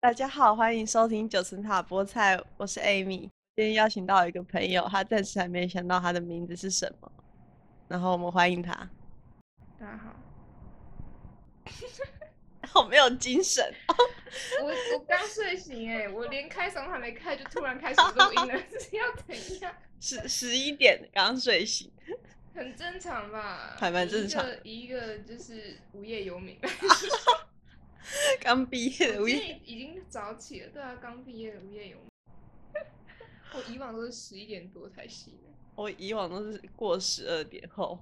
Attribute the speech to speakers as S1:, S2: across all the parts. S1: 大家好，欢迎收听九层塔菠菜，我是 Amy。今天邀请到一个朋友，他暂时还没想到他的名字是什么，然后我们欢迎他。
S2: 大家啊好，
S1: 我没有精神，哦
S2: 我我刚睡醒 哎、我连开嗓都还没开，就突然开始录音 了，这是要怎样？
S1: 十十一点刚睡醒，
S2: 很正常吧？
S1: 还蛮正常
S2: 以一个以一个就是无业游 民，
S1: 刚毕业的
S2: 我
S1: 无
S2: 今
S1: 业，
S2: 天已经早起了，对啊，刚毕业的无业游民。 我以往都是十一点多才醒的，
S1: 我以往都是过十二点后。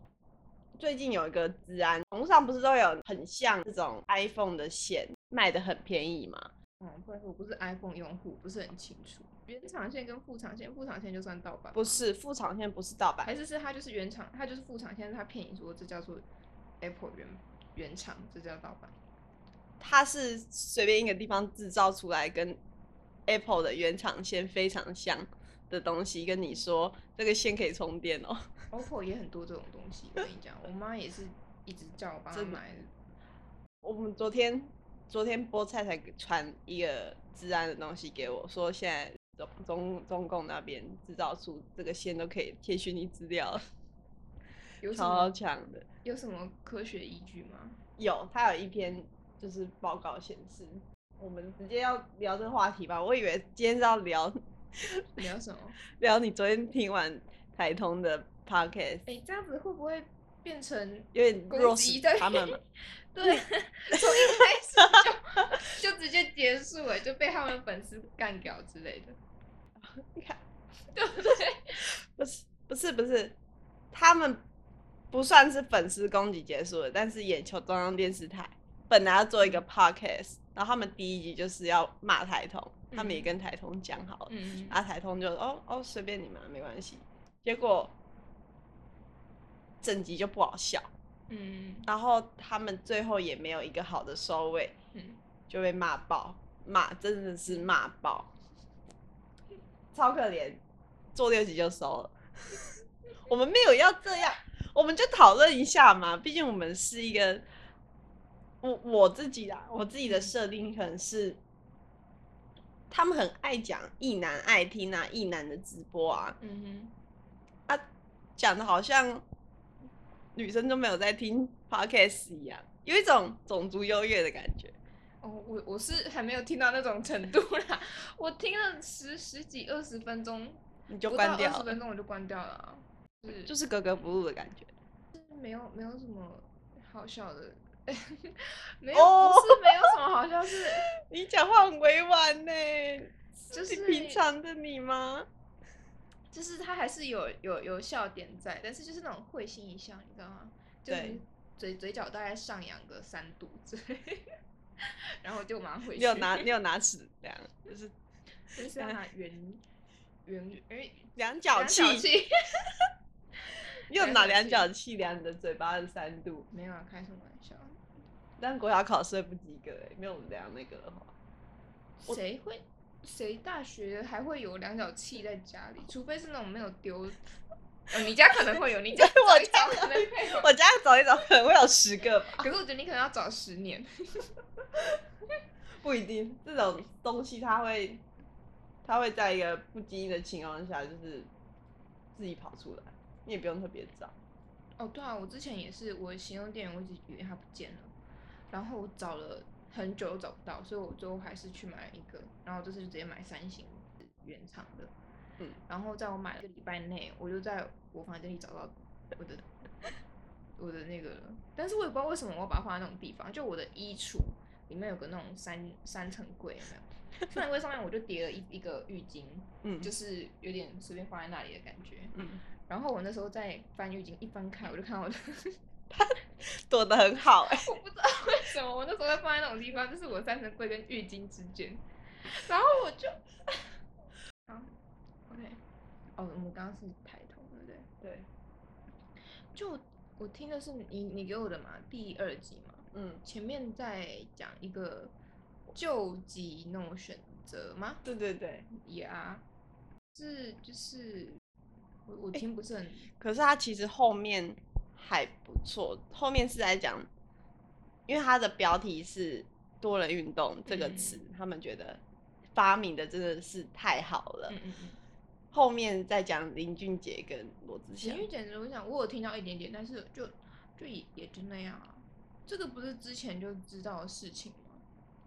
S1: 最近有一个治安，网络上不是都有很像这种 iPhone 的线卖的很便宜吗？
S2: 嗯，不然我不是 iPhone 用户，不是很清楚。原厂线跟副厂线，副厂线就算盗版，
S1: 不是副厂线，不是盗版，
S2: 还是是它就是原厂，它就是副厂线，它骗你说这叫做 Apple 原原厂，这叫盗版。
S1: 它是随便一个地方制造出来，跟 Apple 的原厂线非常像的东西，跟你说这个线可以充电哦。
S2: OPPO 也很多这种东西，我跟你讲，我妈也是一直叫我帮她
S1: 真的
S2: 买的。
S1: 我们昨天昨天菠菜才传一个治安的东西给我，说现在中中中共那边制造出这个线都可以窃取你资料了，
S2: 有什
S1: 超
S2: 么
S1: 强的。
S2: 有什么科学依据吗？
S1: 有，它有一篇就是报告显示，我们直接要聊这个话题吧。我以为今天是要聊
S2: 聊什么？
S1: 聊你昨天听完台通的 podcast。
S2: 哎、这样子会不会变成
S1: 有点
S2: 攻
S1: 弱
S2: 击
S1: 势
S2: 对
S1: 他们 嘛。
S2: 对？从一开始就就直接结束了，就被他们粉丝干掉之类的。
S1: 你看，
S2: 对不对？
S1: 不是不是不是，他们不算是粉丝攻击结束了，但是眼球中央电视台本来要做一
S2: 嗯
S1: 个 podcast，然后他们第一集就是要骂台通，他们也
S2: 嗯
S1: 跟台通讲好了，
S2: 嗯，
S1: 然后台通就哦哦随便你们啊没关系，结果整集就不好笑，
S2: 嗯
S1: 然后他们最后也没有一个好的收尾，
S2: 嗯，
S1: 就被骂爆，骂真的是骂爆，超可怜，做六集就收了。 我们没有要这样，我们就讨论一下嘛。毕竟我们是一个，我我自己啦，我自己
S2: 嗯
S1: 的设定可能是，他们很爱讲一男爱听啊，一男的直播啊，
S2: 嗯
S1: 啊，讲的好像女生都没有在听 podcast 一样，有一种种族优越的感觉。
S2: 哼，哦，我我是还没有听到那种程度啦，我听了十十几二十分钟，
S1: 你就
S2: 不
S1: 关
S2: 到
S1: 掉
S2: 二十
S1: 了，
S2: 分钟我就关掉了啊，就是
S1: 就是格格不入的感觉。
S2: 没有没有什么好笑的， 没有、不是没有
S1: 哦
S2: 什么好笑， 是
S1: 你讲话很委婉呢，
S2: 就是是
S1: 平常的你吗？
S2: 就是他还是有有有笑点在，但是就是那种会心一笑，你知道吗？就是
S1: 对
S2: 嘴嘴角大概上扬个三度之类的，然后我就马上回
S1: 你
S2: 去。
S1: 有拿你有拿尺这样，就是
S2: 就是要拿圆圆哎
S1: 量角器，
S2: 量器
S1: 你有拿量
S2: 量角
S1: 角
S2: 器
S1: 器量你的嘴巴的三度。
S2: 没有啊，开什么玩笑？
S1: 但国小考试会不及格哎，没有量那个的话，我
S2: 谁会？谁大学还会有量角器在家里？除非是那种没有丢。呃你家可能会有，你 家
S1: 我
S2: 找一找
S1: 家
S2: 可能会有。
S1: 我家走一走可能会有十个吧，
S2: 可是我觉得你可能要找十年。
S1: 不一定。这种东西它会，它会在一个不经意的情况下，就是自己跑出来，你也不用特别找。
S2: 哦，对啊，我之前也是，我行动电源我一直以为它不见了，然后我找了很久都找不到，所以我最后还是去买了一个，然后这次就直接买三星原厂的。
S1: 嗯，
S2: 然后在我买了一个礼拜内，我就在我房间里找到我的 我的那个了，但是我也不知道为什么我要把它放在那种地方，就我的衣橱里面有个那种三三层柜，有没有？三层柜上面我就叠了一一个浴巾，
S1: 嗯，
S2: 就是是有点随便放在那里的感觉。
S1: 嗯，
S2: 然后我那时候在翻浴巾，一翻开我就看到我的，
S1: 躲得很好哎，
S2: 我不知道为什么我那时候在放在那种地方，就是我三层柜跟浴巾之间。然后我就，好，OK，哦，我们刚刚是抬头，对不对？
S1: 对，
S2: 就我听的是你你给我的嘛，第二集嘛，
S1: 嗯，
S2: 前面在讲一个救急那种选择吗？
S1: 对对对。
S2: 呀、是就是我我听不是很、
S1: 可是他其实后面还不错，后面是在讲，因为他的标题是多人运动这个词，
S2: 嗯
S1: 他们觉得发明的真的是太好了。
S2: 嗯嗯嗯。
S1: 后面再讲林俊杰跟罗志祥
S2: 情，绪简直，我想我有听到一点点，但是就就也也就那样啊。这个不是之前就知道的事情吗？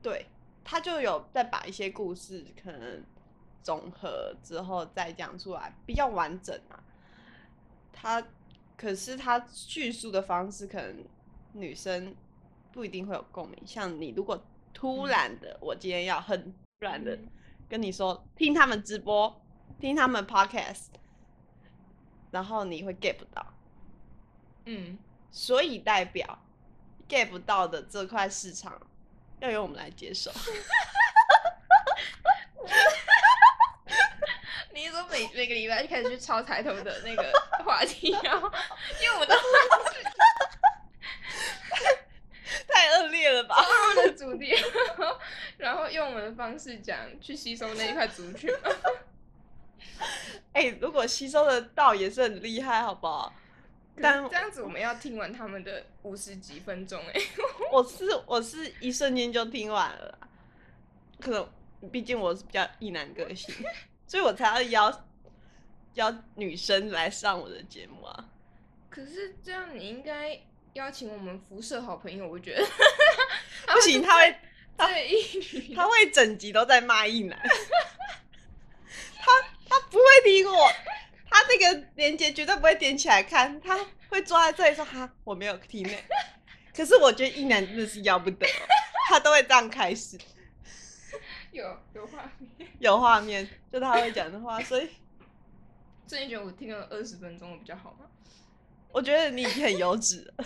S1: 对，他就有再把一些故事可能总和之后再讲出来，比较完整啊。他可是他叙述的方式，可能女生不一定会有共鸣。像你如果突然的，我今天要很突然的
S2: 嗯
S1: 跟你说，听他们直播，听他们 podcast，然后你会 get 不到。
S2: 嗯，
S1: 所以代表 get 不到的这块市场，要由我们来接手。
S2: 你是说每每个礼拜就开始去抄抬头的那 个话题，然后因为我们的
S1: 太恶劣了吧？
S2: 我们的主题，然后然后用我们的方式讲去吸收那一块族群 嘛。
S1: 哎、如果吸收得到也是很厉害，好不好？但
S2: 这样子我们要听完他们的五十几分钟哎、
S1: 我是我是一瞬间就听完了啦，可能毕竟我是比较异男个 性，所以我才要邀邀女生来上我的节目啊。
S2: 可是这样你应该邀请我们辐射好朋友，我觉得
S1: 不行，她会
S2: 对一
S1: 她会整集都在骂异男，她她不会理我，她那个链接绝对不会点起来看，她会坐在这里说哈我没有听呢、可是我觉得异男真的是要不得哦，他都会这样开始。
S2: 有有画面。
S1: 有画面，就他会讲的话，所以
S2: 所以你觉得我听了二十分钟的比较好吗？
S1: 我觉得你已经很优质了，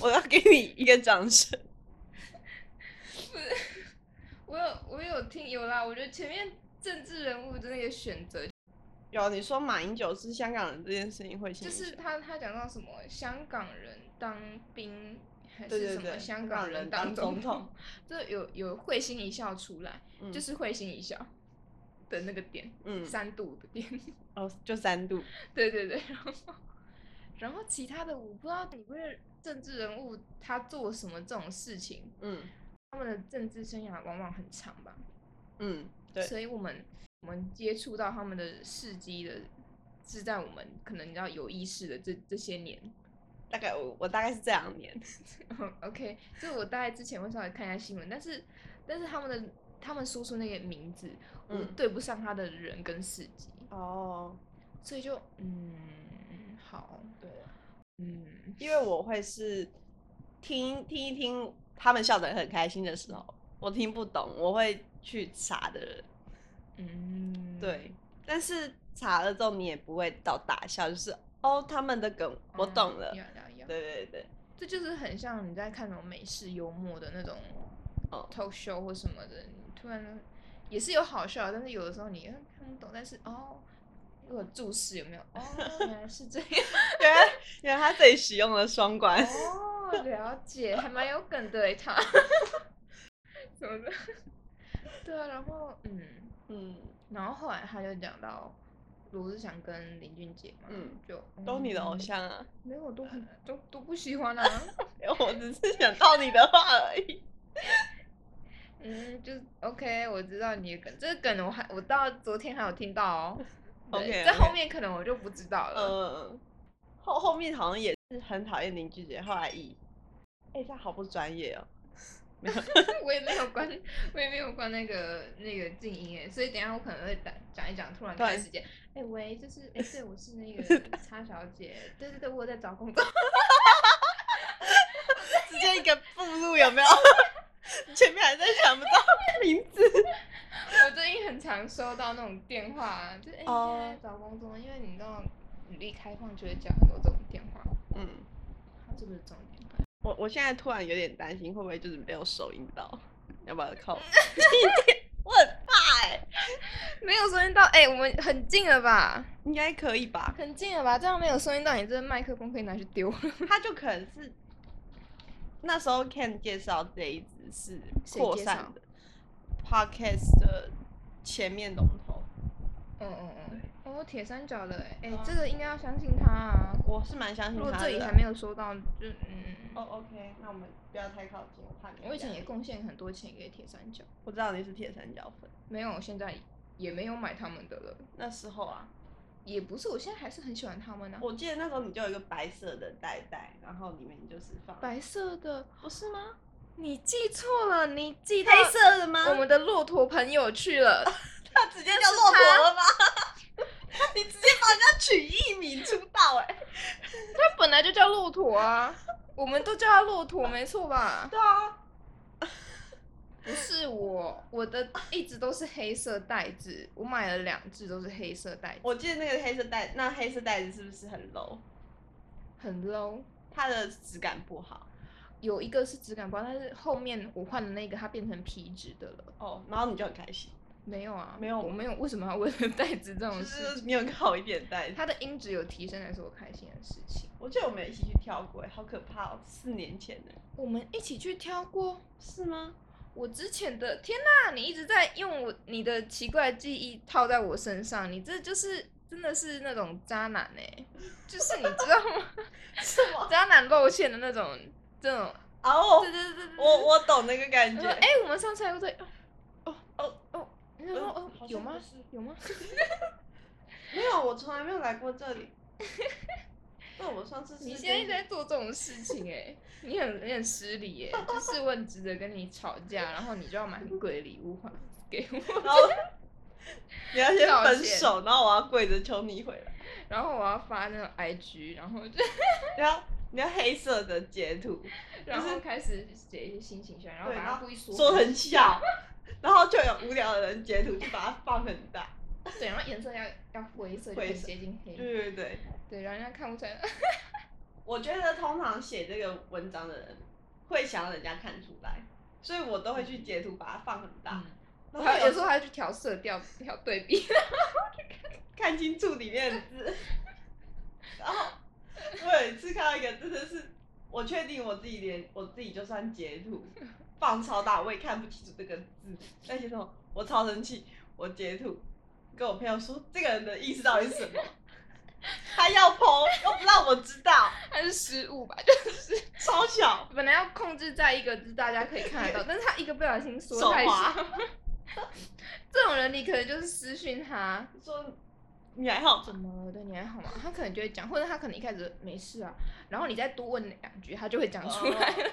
S1: 我要给你一个掌声。
S2: 我有我有听有啦，我觉得前面政治人物的那个选择，
S1: 有你说马英九是香港人这件事情会先
S2: 就
S1: 影响，
S2: 是他他讲到什么香港人当兵还
S1: 对
S2: 是
S1: 对
S2: 什么
S1: 对，
S2: 香港人
S1: 当
S2: 总
S1: 统，，
S2: 这有有会心一笑出来，
S1: 嗯
S2: 就是会心一笑的那个点，
S1: 嗯，
S2: 三度的点，
S1: 哦，就三度，
S2: 对对对，然后然后其他的我不知道，你不觉得政治人物他做什么这种事情，
S1: 嗯
S2: 他们的政治生涯往往很长吧？
S1: 嗯，对，
S2: 所以我们我们接触到他们的事迹的，是在我们可能你知道有意识的这这些年。
S1: 大概我我大概是这两年，
S2: OK，就我大概之前会稍微看一下新闻，但是但是他们的他们说出那个名字，我
S1: 嗯
S2: 对不上他的人跟事迹，
S1: 哦，
S2: 所以就嗯好，
S1: 对，
S2: 嗯
S1: 因为我会是听听一听他们笑得很开心的时候，我听不懂，我会去查的人。
S2: 嗯，
S1: 对，，但是查了之后你也不会到大笑，就是哦他们的梗我
S2: 嗯
S1: 懂了。
S2: 要要要，
S1: 对对 对，
S2: 这就是很像你在看那种美式幽默的那种
S1: 哦
S2: talk show 或什么的，你突然也是有好笑的，但是有的时候你嗯看不懂，但是哦，如果注释有没有？哦，原来是 这样，
S1: 原来原来他这里使用了双 关，
S2: 哦，了解，还蛮有梗的诶 他怎么的？ 对啊，然后嗯，
S1: 嗯，
S2: 然后后来他就讲到罗志祥跟林俊杰嘛，
S1: 嗯，
S2: 就
S1: 都你的偶
S2: 嗯，
S1: 像啊，
S2: 没有，都很都都不喜欢啊。
S1: 我只是想套你的话而 已。
S2: 嗯，就是 OK，我知道你的梗，这个梗我还我到昨天还有听到 哦。对
S1: OK，OK
S2: 在后面可能我就不知道了。
S1: 嗯，后后面好像也是很讨厌林俊杰，后来以，哎、他好不专业哦。呃
S2: 我也没有关，我也没有关那个那个静音哎，所以等一下我可能会讲讲一讲，突然
S1: 突然
S2: 看时间，哎喂， 就是哎，对我是那个叉小姐，对对对，我有在找工作，
S1: 直接一个步入有 没有？前面还在想不到名字，
S2: 我最近很常收到那种电话，就是哎，
S1: 哦
S2: 你现在在找工作吗，因为你知道履历开放就会讲很多这种电话，
S1: 嗯，
S2: 这不是重点。
S1: 我我现在突然有点担心，会不会就是没有收音到？要不要 靠近一点？我很怕哎、
S2: 没有收音到，哎、我们很近了吧？
S1: 应该可以吧？
S2: 很近了吧？这样没有收音到，你这麦克风可以拿去丢。
S1: 他就可能是那时候 Ken 介绍这一只是
S2: 谁
S1: 扩
S2: 介
S1: 散
S2: 绍
S1: 的 Podcast 的前面龙头，
S2: 嗯嗯嗯，哦，铁三角的，哎、这个应该要相信他啊。
S1: 我是蛮相信
S2: 如
S1: 他
S2: 果
S1: 的。
S2: 这里还没有说到，就嗯，
S1: 哦、o k 那我们不要太靠近，我怕你。
S2: 我以前也贡献很多钱给铁三角，
S1: 我知道你是铁三角粉，
S2: 没有，现在也没有买他们的了，
S1: 那时候啊，
S2: 也不是，我现在还是很喜欢他们呢、啊
S1: 我记得那时候你就有一个白色的袋袋，然后里面就是放
S2: 白色的，
S1: 不是吗？
S2: 你记错了，你记到
S1: 黑色的吗？
S2: 我们的骆驼朋友去了，
S1: 他直接叫骆驼了吗？你直接把人家取艺名出道哎、
S2: 他本来就叫骆驼啊，我们都叫他骆驼，没错吧？
S1: 对啊，
S2: 不是我，我的一直都是黑色袋子，我买了两只都是黑色袋子，
S1: 我记得那个黑色袋，那黑色袋子是不是很 low？
S2: 很 low。
S1: 它的质感不好
S2: 有一个是质感包，但是后面我换的那个它变成皮质的了。
S1: 哦，然后你就很开心，
S2: 没有啊，
S1: 没有
S2: 我没有，为什么要为了袋子这种
S1: 就
S2: 事
S1: 嗯是
S2: 情？
S1: 你有个好一点的袋子。
S2: 它的音质有提升，才是我开心的事情。
S1: 我记得我们有一起去跳过哎、好可怕哦，四年前呢、
S2: 我们一起去挑过
S1: 是吗？
S2: 我之前的，天呐，你一直在用我你的奇怪的记忆套在我身上，你这就是真的是那种渣男哎、就是你知道吗？
S1: 是 吗？
S2: 渣男露馅的那种，这种，
S1: 啊我
S2: 对对对对对。
S1: 我我懂那个感
S2: 他
S1: 觉
S2: 说，哎、我们上次还不对，哦哦哦，你说
S1: 呃
S2: 哦
S1: 好像
S2: 有吗
S1: 不是？
S2: 有吗？
S1: 没有，我从来没有来过这里。 那我上次是
S2: 你现在一直
S1: 跟
S2: 在做这种事情哎、你很你很失礼耶、就是我很值得跟你吵架，然后你就要买很贵的礼物还给我，
S1: 然后你要先
S2: 道歉
S1: 分手，然后我要跪着求你回来，
S2: 然后我要发那种 IG，然后就
S1: 你要你要黑色的截图，
S2: 然后开始写一些心情宣，然后
S1: 对，
S2: 把
S1: 然
S2: 它
S1: 后
S2: 故意缩
S1: 说很小， 然后就有无聊的人截图就把它放很大，
S2: 对，然后颜色要要灰色，就
S1: 灰
S2: 很
S1: 色
S2: 接近
S1: 对
S2: 黑，
S1: 对对。
S2: 对，让人家看不出来。
S1: 我觉得通常写这个文章的人会想让人家看出来，所以我都会去截图把它放很
S2: 嗯
S1: 大，
S2: 我
S1: 嗯然后
S2: 还有
S1: 有
S2: 时
S1: 时
S2: 候
S1: 候
S2: 还去调色调调对比，
S1: 看清楚里面的字。然后我有一次看到一个真的是，我确定我自己连我自己就算截图放超大，我也看不清楚这个字在写什么，我超生气，我截图跟我朋友说这个人的意思到底是什 么，他要剖又不让我知道，
S2: 它是失误吧， 就
S1: 超小。
S2: 本来要控制在一个字大家可以看 得到，但是他一个不小心
S1: 手
S2: 缩太小
S1: 滑，
S2: 这种人你可能就是私讯他，
S1: 说你还好
S2: 怎么了？对你还好吗？他可能就会讲，或者他可能一开始没事啊，然后你再多问两句，他就会讲出来。
S1: 哦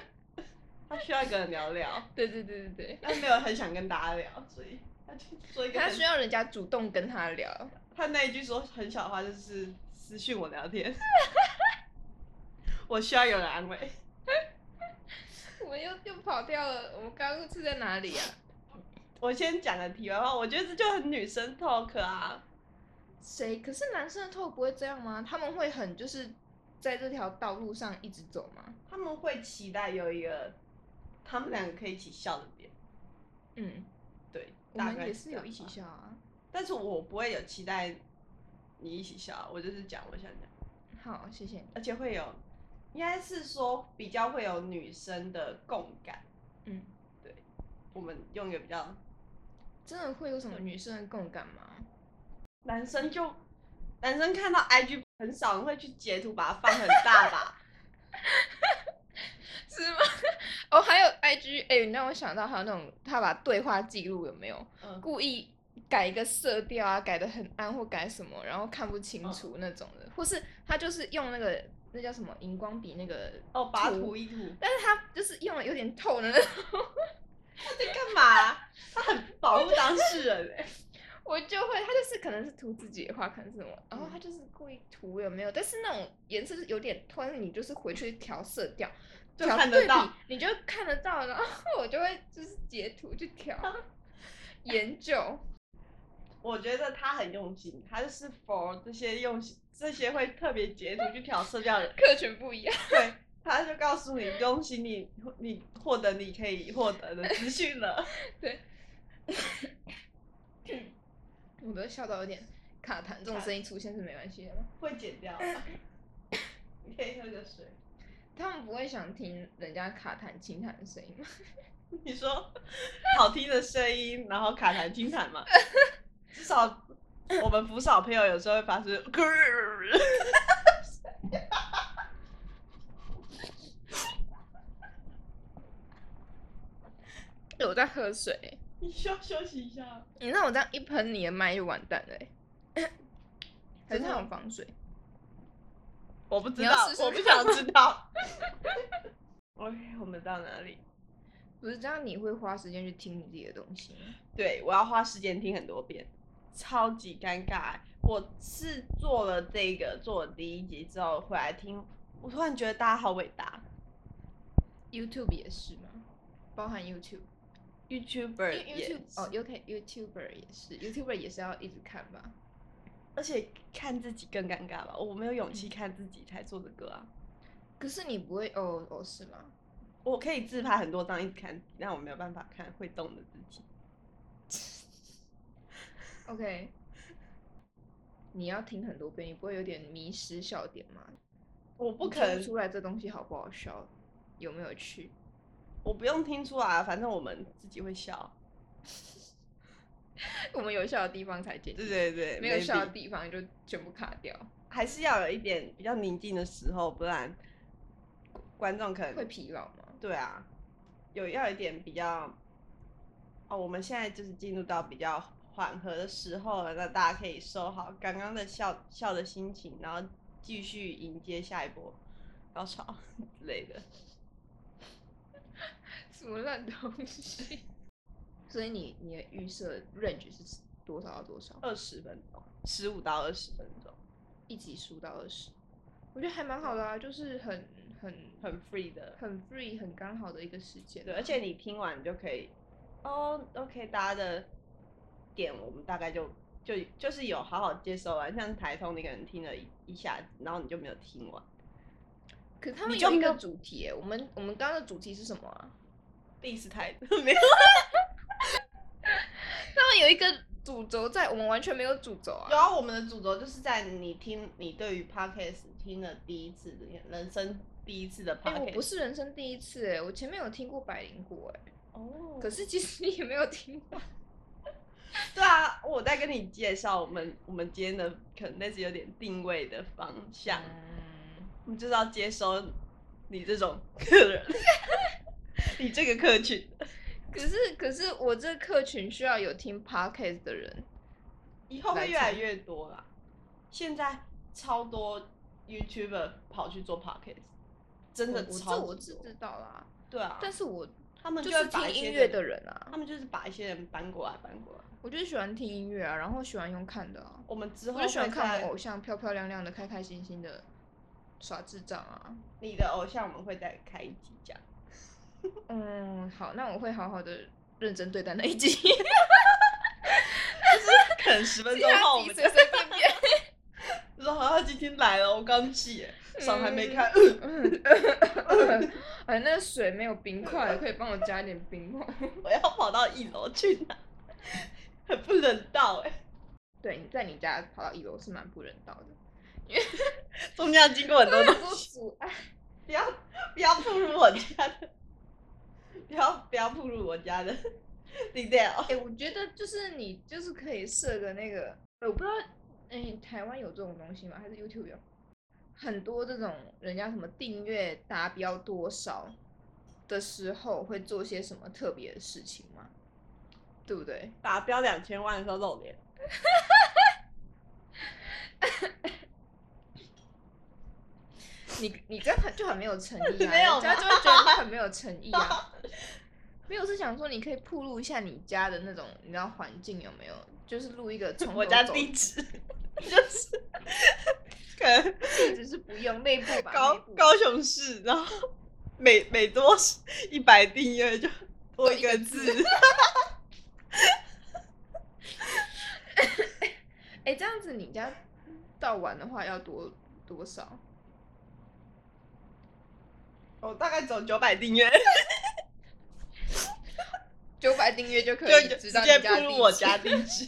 S1: 他需要一个人聊聊，
S2: 对对对对
S1: 但没有很想跟大家聊，所以他就说一
S2: 对，
S1: 个
S2: 他
S1: 很
S2: 需要人家主动跟他聊。
S1: 他那一句说很小的话就是私讯我聊天， 我需要有人安慰。
S2: 我们又又跑掉了，我们刚刚是在哪里啊？
S1: 我先讲个题外话，我觉得这就很女生 talk 啊，
S2: 谁？可是男生的 talk 不会这样吗？他们会很就是在这条道路上一直走吗？
S1: 他们会期待有一个他们两个可以一起笑的点，
S2: 嗯，
S1: 对，
S2: 我
S1: 大
S2: 们
S1: 概
S2: 也是
S1: 这样
S2: 有一起
S1: 吧，
S2: 笑啊。
S1: 但是我不会有期待你一起笑，我就是讲我想讲。
S2: 好，谢谢你。
S1: 而且会有，应该是说比较会有女生的共感。
S2: 嗯，
S1: 我们用一个比较，
S2: 真的会有什么女生的共感吗？
S1: 男生就男生看到 IG 很少人会去截图把它放很大吧？
S2: 是吗？ 哦，还有 IG，哎、你让我想到还有那种他把对话记录有没有
S1: 嗯，
S2: 故意改一个色调啊，改的很暗或改什么，然后看不清楚那种的，或是他就是用那个那叫什么荧光笔那个，
S1: 哦，把它涂一涂，
S2: 但是他就是用了有点透的那 种，
S1: 他在干嘛、啊他很保护当事人哎、
S2: 我就会他就是可能是涂自己的话，可能是什么，然后他就是故意涂有没有，但是那种颜色是有点透，但是你就是回去调色调。
S1: 就
S2: 调
S1: 看
S2: 对
S1: 得到
S2: 比，你就看得到，然后 我就会就是截图去调研究。
S1: 我觉得他很用心，他就是 for 这些用心，这些会特别截图去调色调的人。
S2: 客群不一样。
S1: 对，他就告诉你恭喜你，你获得你可以获得的资讯了。
S2: 我都笑到有点卡痰，这种声音出现是没关系的吗？
S1: 会剪掉吧？你可以喝个水。
S2: 他们不会想听人家卡痰清痰的声 音吗？
S1: 你 说好听的声音，然后卡痰清痰嘛，至少我们扶少朋友有时候会发出
S2: 哎我在喝水，
S1: 你需要休息一下。
S2: 你让我这样一喷你的麦就完蛋了、欸。 还
S1: 真
S2: 是
S1: 的
S2: 那
S1: 吗
S2: 种防水，
S1: 我不知
S2: 你要
S1: 道，
S2: 试试
S1: 我不
S2: 看
S1: 想知道。OK，我们到哪里？
S2: 不是这样，你会花时间去听你自己的东西吗？
S1: 对，我要花时间听很多遍，超级尴尬欸。我是做了这个，做了第一集之后回来听，我突然觉得大家好伟大
S2: YouTube 也是吗？包含 YouTube，因
S1: ，YouTuber
S2: 为
S1: 也
S2: YouTube 哦
S1: 是
S2: ，OK YouTuber 也是，YouTuber 也是要一直看吧？
S1: 而且看自己更尴尬吧，我没有勇气
S2: 嗯
S1: 看自己才做这个啊。
S2: 可是你不会哦哦是吗？
S1: 我可以自拍很多张一直看，但我没有办法看会动的自己。
S2: OK，你要听很多遍，你不会有点迷失笑点吗？
S1: 我不
S2: 你
S1: 可
S2: 听
S1: 能，
S2: 出来这东西好不好笑，有没有趣？
S1: 我不用听出来啊，反正我们自己会笑。
S2: 我们有笑的地方才剪，
S1: 对，对对，
S2: 没有笑的
S1: maybe
S2: 地方就全部卡掉，
S1: 还是要有一点比较宁静的时候，不然观众可能
S2: 会疲劳吗？
S1: 对啊，有要有一点比较，哦，我们现在就是进入到比较缓和的时候了，那大家可以收好刚刚的笑笑的心情，然后继续迎接下一波高潮 之类的。
S2: 什么烂东西？所以你你的预设 range 是多少到多少？
S1: 二十分钟，十五到二十分钟，
S2: 一集数到二十，我觉得还蛮好的啊，就是很很
S1: 很 free 的，
S2: 很 free 很刚好的一个时间啊、
S1: 对，而且你听完就可以，哦，OK，大家的点我们大概就就就是有好好接收完，像台通你可能听了一一下子，然后你就没有听完。
S2: 可是他们
S1: 你就
S2: 有一
S1: 没
S2: 个
S1: 有
S2: 主题耶，我们我们刚刚的主题是什么啊？
S1: 第四台 没有。
S2: 他们有一个主轴在，我们完全没有主轴啊。
S1: 然后我们的主轴就是在你听你对于 podcast 听了第一次的人生第一次的
S2: 哎、我
S1: podcast，、
S2: 不是人生第一次哎，我前面有听过百灵果哎，
S1: 哦
S2: 可是其实你也没有听过。
S1: 对啊，我在跟你介绍我们我们今天的可能类似有点定位的方向，我们就是要接收你这 种客人，你这个客群，
S2: 可是可是我这客群需要有听 podcast 的人，
S1: 以后
S2: 来
S1: 会越来
S2: 听
S1: 越多啦。现在超多 YouTuber 跑去做 podcast，真的
S2: 我我
S1: 超
S2: 这
S1: 级
S2: 我是
S1: 多
S2: 知道啦，
S1: 对啊，
S2: 但是我
S1: 他们
S2: 就
S1: 会
S2: 是
S1: 把
S2: 听
S1: 一些
S2: 音乐的人
S1: 他
S2: 啊，
S1: 们就是把一些人搬过来，搬过来。
S2: 我就是喜欢听音乐啊，然后喜欢用看的啊，
S1: 我们之后
S2: 我就喜欢
S1: 会
S2: 看
S1: 在
S2: 我偶像漂漂亮亮的、开开心心的耍智障啊。
S1: 你的偶像，我们会再开一集讲。
S2: 嗯，好，那我会好好的认真对待那一 集。
S1: 可能十分
S2: 其
S1: 钟
S2: 他
S1: 后，我
S2: 集
S1: 们
S2: 随随 便便。
S1: 就说好，他今天来了，我刚寄耶，上还没开。嗯
S2: 哎，那个水没有冰块，可以帮我加一点冰吗？
S1: 我要跑到一楼去拿， 很不人道哎。
S2: 对，你在你家跑到一楼是蛮不人道的，
S1: 中间要经过很多
S2: 很
S1: 东
S2: 多
S1: 西，
S2: 阻碍。
S1: 不要不要步入我家的，不要不要步入我家的 detail。
S2: 哎，我觉得就是你就是可以设个那个，呃我不知道，哎，台湾有这种东西吗？还是 YouTube 有？很多这种人家什么订阅达标多少的时候，会做些什么特别的事情吗？对不对？
S1: 达标两千万的时候露脸，
S2: 你你这样很就很没有诚意 啊，
S1: 没有吗
S2: 人家就会觉得你很没有诚 意啊。没有是想说你可以铺露一下你家的那种，你知道环境有没有？就是录 一个从
S1: 我
S2: 头
S1: 家
S2: 走
S1: 地址 就是可能
S2: 地址是不用内 部吧，
S1: 高
S2: 内部
S1: 高雄市，然后每每多一百订阅就多一个字，
S2: 哎、这样子你家到晚的话要多多少？
S1: 我大概走九百订阅，
S2: 九百订阅就可以
S1: 就
S2: 知
S1: 直
S2: 道你
S1: 接
S2: 家
S1: 步
S2: 地
S1: 入我
S2: 址
S1: 家地址，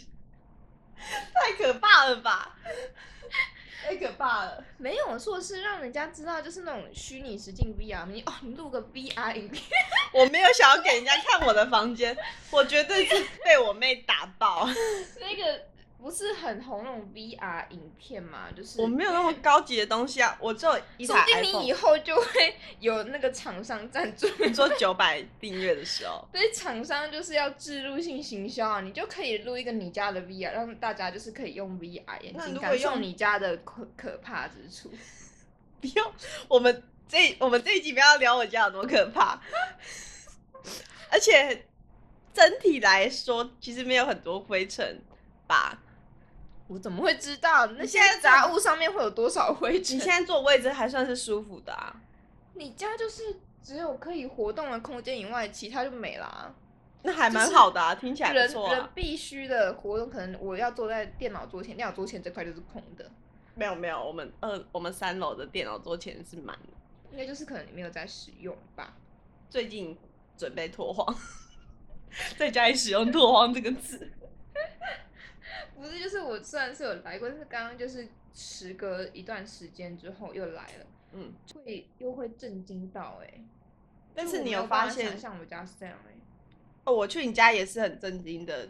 S1: 太可怕了吧？太可怕了！
S2: 没有，我说的是让人家知道，就是那种虚拟实境 VR，你哦，你录个 VR 影片，
S1: 我没有想要给人家看我的房间，我绝对是被我妹打爆。
S2: 那个不是很红那种 VR 影片嘛？就是
S1: 我没有那么高级的东西啊，我只有一
S2: 说不
S1: 台
S2: 定你
S1: iPhone。
S2: 以后就会有那个厂商赞助。
S1: 你说九百订阅的时候，
S2: 对，厂商就是要植入性行销啊，你就可以录一个你家的 VR，让大家就是可以用 VR 眼
S1: 那
S2: 睛
S1: 如果
S2: 感受
S1: 用
S2: 你家的可可怕之处。
S1: 不用我们这我们这一集不要聊我家有多可怕，而且整体来说其实没有很多灰尘吧。
S2: 我怎么会知道那些
S1: 现在
S2: 杂物上面会有多少灰
S1: 你
S2: 尘
S1: 现？在坐位置还算是舒服的啊，
S2: 你家就是只有可以活动的空间以外，其他就没啦、
S1: 那还蛮好的啊，听起来
S2: 人
S1: 不错
S2: 人
S1: 啊。
S2: 必须的活动，可能我要坐在电脑桌前，电脑桌前这块就是空的，
S1: 没有没有，我们二我们三楼的电脑桌前是满的，
S2: 应该就是可能你没有在使用吧。
S1: 最近准备拓荒，在家里使用“拓荒”这个字。
S2: 不是，就是我虽然是有来过，但是刚刚就是时隔一段时间之后又来了，
S1: 嗯，
S2: 会又会震惊到哎、欸。
S1: 但
S2: 就是我
S1: 你
S2: 没
S1: 有
S2: 有
S1: 发
S2: 办法
S1: 现
S2: 想象我家是这样哎、欸，
S1: 哦，我去你家也是很震惊的，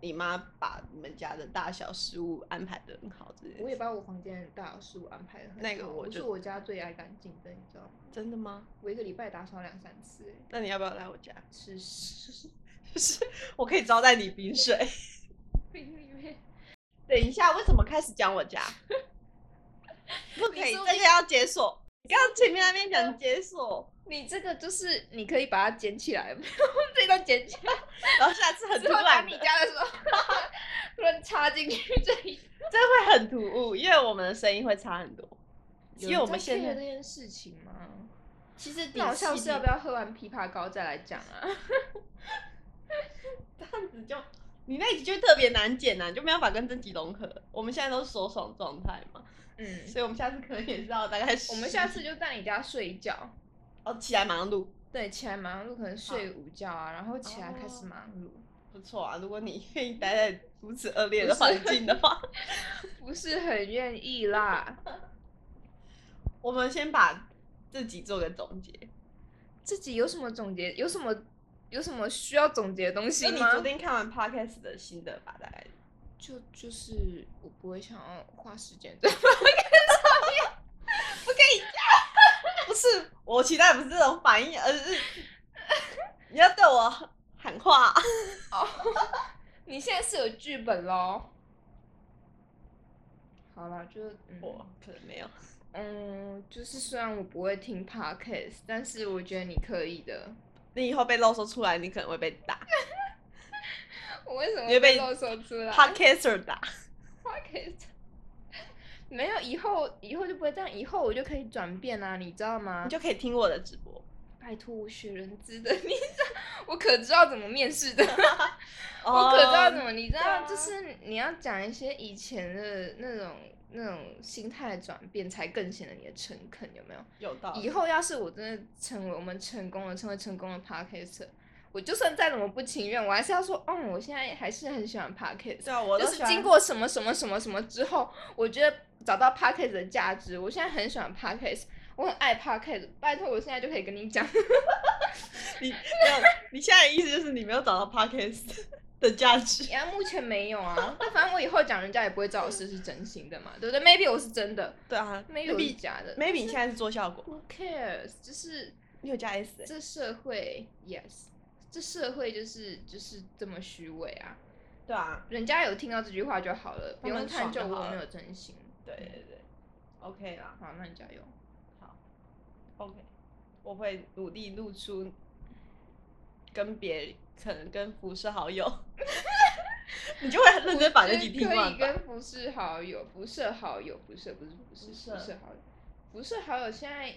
S1: 你妈把你们家的大小事物安排的很好，这件
S2: 我也
S1: 事。
S2: 把我房间的大事物安排的很好，
S1: 那个我
S2: 我
S1: 就是
S2: 我家最爱干净的，你知道吗？
S1: 真的吗？
S2: 我一个礼拜打扫两三次、欸，
S1: 那你要不要来我家？
S2: 是 是，
S1: 就是我可以招待你冰水。
S2: 因为
S1: 等一下，为什么开始讲我家？不可以，
S2: 你
S1: 这
S2: 说
S1: 个要解锁。你刚刚前面那边讲解锁，
S2: 你这个就是你可以把它捡起来， 没有这一段捡起来，
S1: 然后下次很突
S2: 之后打
S1: 然
S2: 你
S1: 的，
S2: 家的时候，突然插进去这 里。
S1: 这会很突兀，因为我们的声音会差很多。因为我们现
S2: 有人 care
S1: 在
S2: 这件事情吗？
S1: 其实
S2: 那我下次要不
S1: 要
S2: 要喝完枇杷膏再来讲啊？
S1: 这样子就？你那集就特别难剪呐、啊你就没办法跟这集融合。我们现在都是手爽状态嘛，
S2: 嗯，
S1: 所以我们下次可能也是要大概
S2: 我们
S1: 10
S2: 下次就在你家睡一觉，
S1: 哦起来马上录，
S2: 对，起来马上就可能睡午觉啊，然后起来开始忙碌。
S1: 不错啊。如果你愿意待在如此恶劣的环境的话，
S2: 不是很愿意啦。
S1: 我们先把这集做个总结。
S2: 自己有什么总结？有什么有什么需要总结的东西
S1: 那你
S2: 吗
S1: 昨？天看完 podcast 的心得吧，大概
S2: 就就是我不会想要花时间 在
S1: 不是我期待不是这种反应，而 是你要对我喊话。
S2: 你现在是有剧本喽？好了，就嗯
S1: 我可能没有，
S2: 嗯，就是虽然我不会听 podcast，但是我觉得你可以的。
S1: 你以后被露说出来，你可能会被打
S2: 我为什么
S1: 你会
S2: 会
S1: 被
S2: 露手出来
S1: podcaster 打。
S2: podcast？没 有，以后以后就不会这样，以后我就可以转变啦、你知道吗？
S1: 你就可以听我的直播。
S2: 拜托我学人资的，你知道我可知道怎么面 试的。我
S1: 哦
S2: 可知道怎么，你知
S1: 对
S2: 道，
S1: 啊
S2: 就是你要讲一些以前的那种那种心态的转变，才更显得你的诚恳，有没有？
S1: 有道理
S2: 以。后要是我真的成为我们成功了，成为成功的 podcaster，我就算再怎么不情愿，我还是要说，嗯，我现在还是很喜欢 podcast。
S1: 对啊，我
S2: 就
S1: 都
S2: 是
S1: 喜欢
S2: 经过什么什么什么什么之后，我觉得找到 podcast 的价值。我现在很喜欢 podcast，我很爱 podcast。拜托，我现在就可以跟 你讲，
S1: 你，没有你现在的意思就是你没有找到 podcast 的价值。
S2: 然后目前没有啊。那反正我以后讲，人家也不会知道我是是真心的嘛，对不对？Maybe 我是真的，
S1: 对啊
S2: Maybe 我是假的。
S1: maybe 你现在是做效果，
S2: Who cares？就是
S1: 你有加 s 欸
S2: 这社会，yes，这社会就是就是这么虚伪啊！
S1: 对啊，
S2: 人家有听到这句话就好了，不
S1: 他们
S2: 用探究
S1: 爽就
S2: 我
S1: 好
S2: 有
S1: 了
S2: 没有真心。
S1: 对对对，OK 啦
S2: 好，那你加油。
S1: ，OK，我会努力露出跟别可能跟不是好友， 你就会 很认真把那集听
S2: 可
S1: 完吧。
S2: 以跟不是好友、不是好友、不是不是不是
S1: 不是
S2: 不是好友、不是好友。现在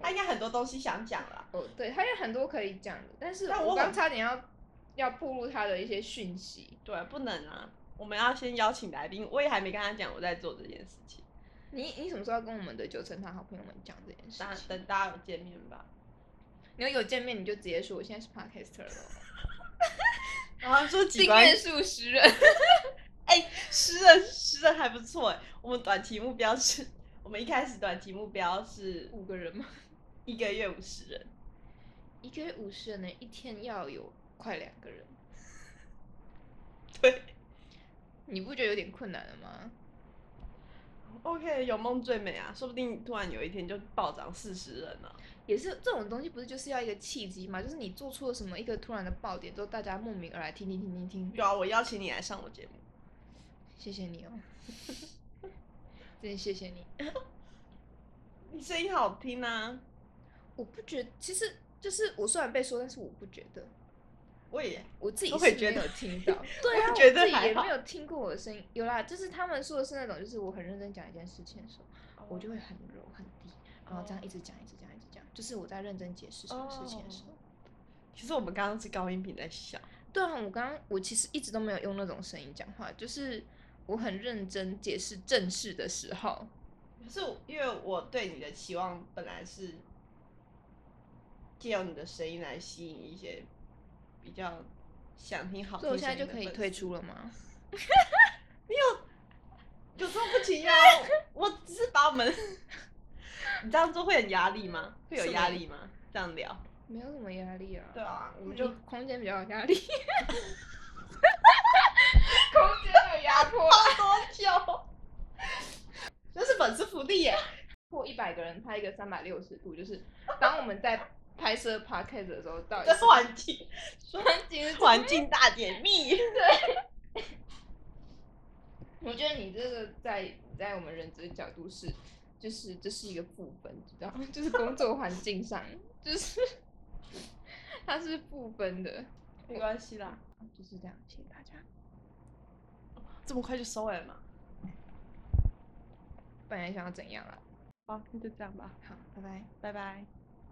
S1: 他应该很多东西想讲啦，
S2: 哦，对，他有很多可以讲的，但是
S1: 但
S2: 我
S1: 我
S2: 刚
S1: 很
S2: 差点要要暴露他的一些讯息。
S1: 对，不能啊，我们要先邀请来宾，我也还没跟他讲我在做这件事情，
S2: 你你什么时候要跟我们的九层塔好朋友们讲这件事
S1: 大
S2: 情？
S1: 等大家有见面吧。
S2: 你要有见面，你就直接说我现在是 podcaster 了。哦
S1: 然后说几
S2: 订
S1: 关
S2: 阅数十人，
S1: 诗人，诗人还不错哎。我们短期目标是， 我们一开始短期目标是
S2: 五个 人吗？
S1: 一个月五十人，
S2: 一个月五十人呢， 一天要有快两个人。
S1: 对，
S2: 你不觉得有点困难了吗？
S1: OK，有梦最美啊，说不定突然有一天就暴涨四十人了。
S2: 也是这种东西，不是就是要一个契机嘛？就是你做出了什么一个突然的爆点之后，大家慕名而来听听听听听，
S1: 有啊，我邀请你来上我节目。
S2: 谢谢你哦， 真的谢谢你。
S1: 你声音好听啊，
S2: 我不觉得，其实就是我虽然被说，但是我不觉得，
S1: 我也
S2: 我自己
S1: 都
S2: 是
S1: 会觉
S2: 没有
S1: 得
S2: 听 到，对啊，
S1: 我觉
S2: 我
S1: 得
S2: 自己
S1: 还
S2: 也
S1: 好
S2: 没有听过我的声音。有啦，就是他们说的是那种，就是我很认真讲一件事情的时候，我就会很柔很低，然后这
S1: 哦
S2: 样一直讲一直讲一直讲，就是我在认真解释什么事情的
S1: 哦
S2: 时候。
S1: 其实我们刚刚是高音频在笑，
S2: 对啊，我刚刚我其实一直都没有用那种声音讲话，就是我很认真解释正事的时候，
S1: 可是我因为我对你的期望本来是借由你的声音来吸引一些比较想听好听
S2: 所以我
S1: 声音的粉丝，
S2: 现在就可以退出了吗？
S1: 有这么不情愿啊？我只是把我们， 你这样做会很压力吗？会有
S2: 是吗
S1: 压力吗？这样聊？
S2: 没有什么压力啊，
S1: 对啊，我
S2: 我
S1: 们就
S2: 空间比较有 压力，空间有压迫，
S1: 多久？那是粉丝福利耶！
S2: 破一百个人拍一个三百六十度，就是当我们在拍摄 podcast 的时候，到底
S1: 这
S2: 是
S1: 环境
S2: 环境是
S1: 环境大解密，
S2: 我觉得你这个在在我们人资角度是，就是这是一个部分，你知道吗？ 就是工作环境上，就是 它是部分的，
S1: 没关系啦。
S2: 就是这样。谢谢大家。
S1: 这么快就收尾了吗？
S2: 本来想要怎样啊？
S1: 好，那就这样吧。
S2: 好，拜拜。
S1: 拜拜。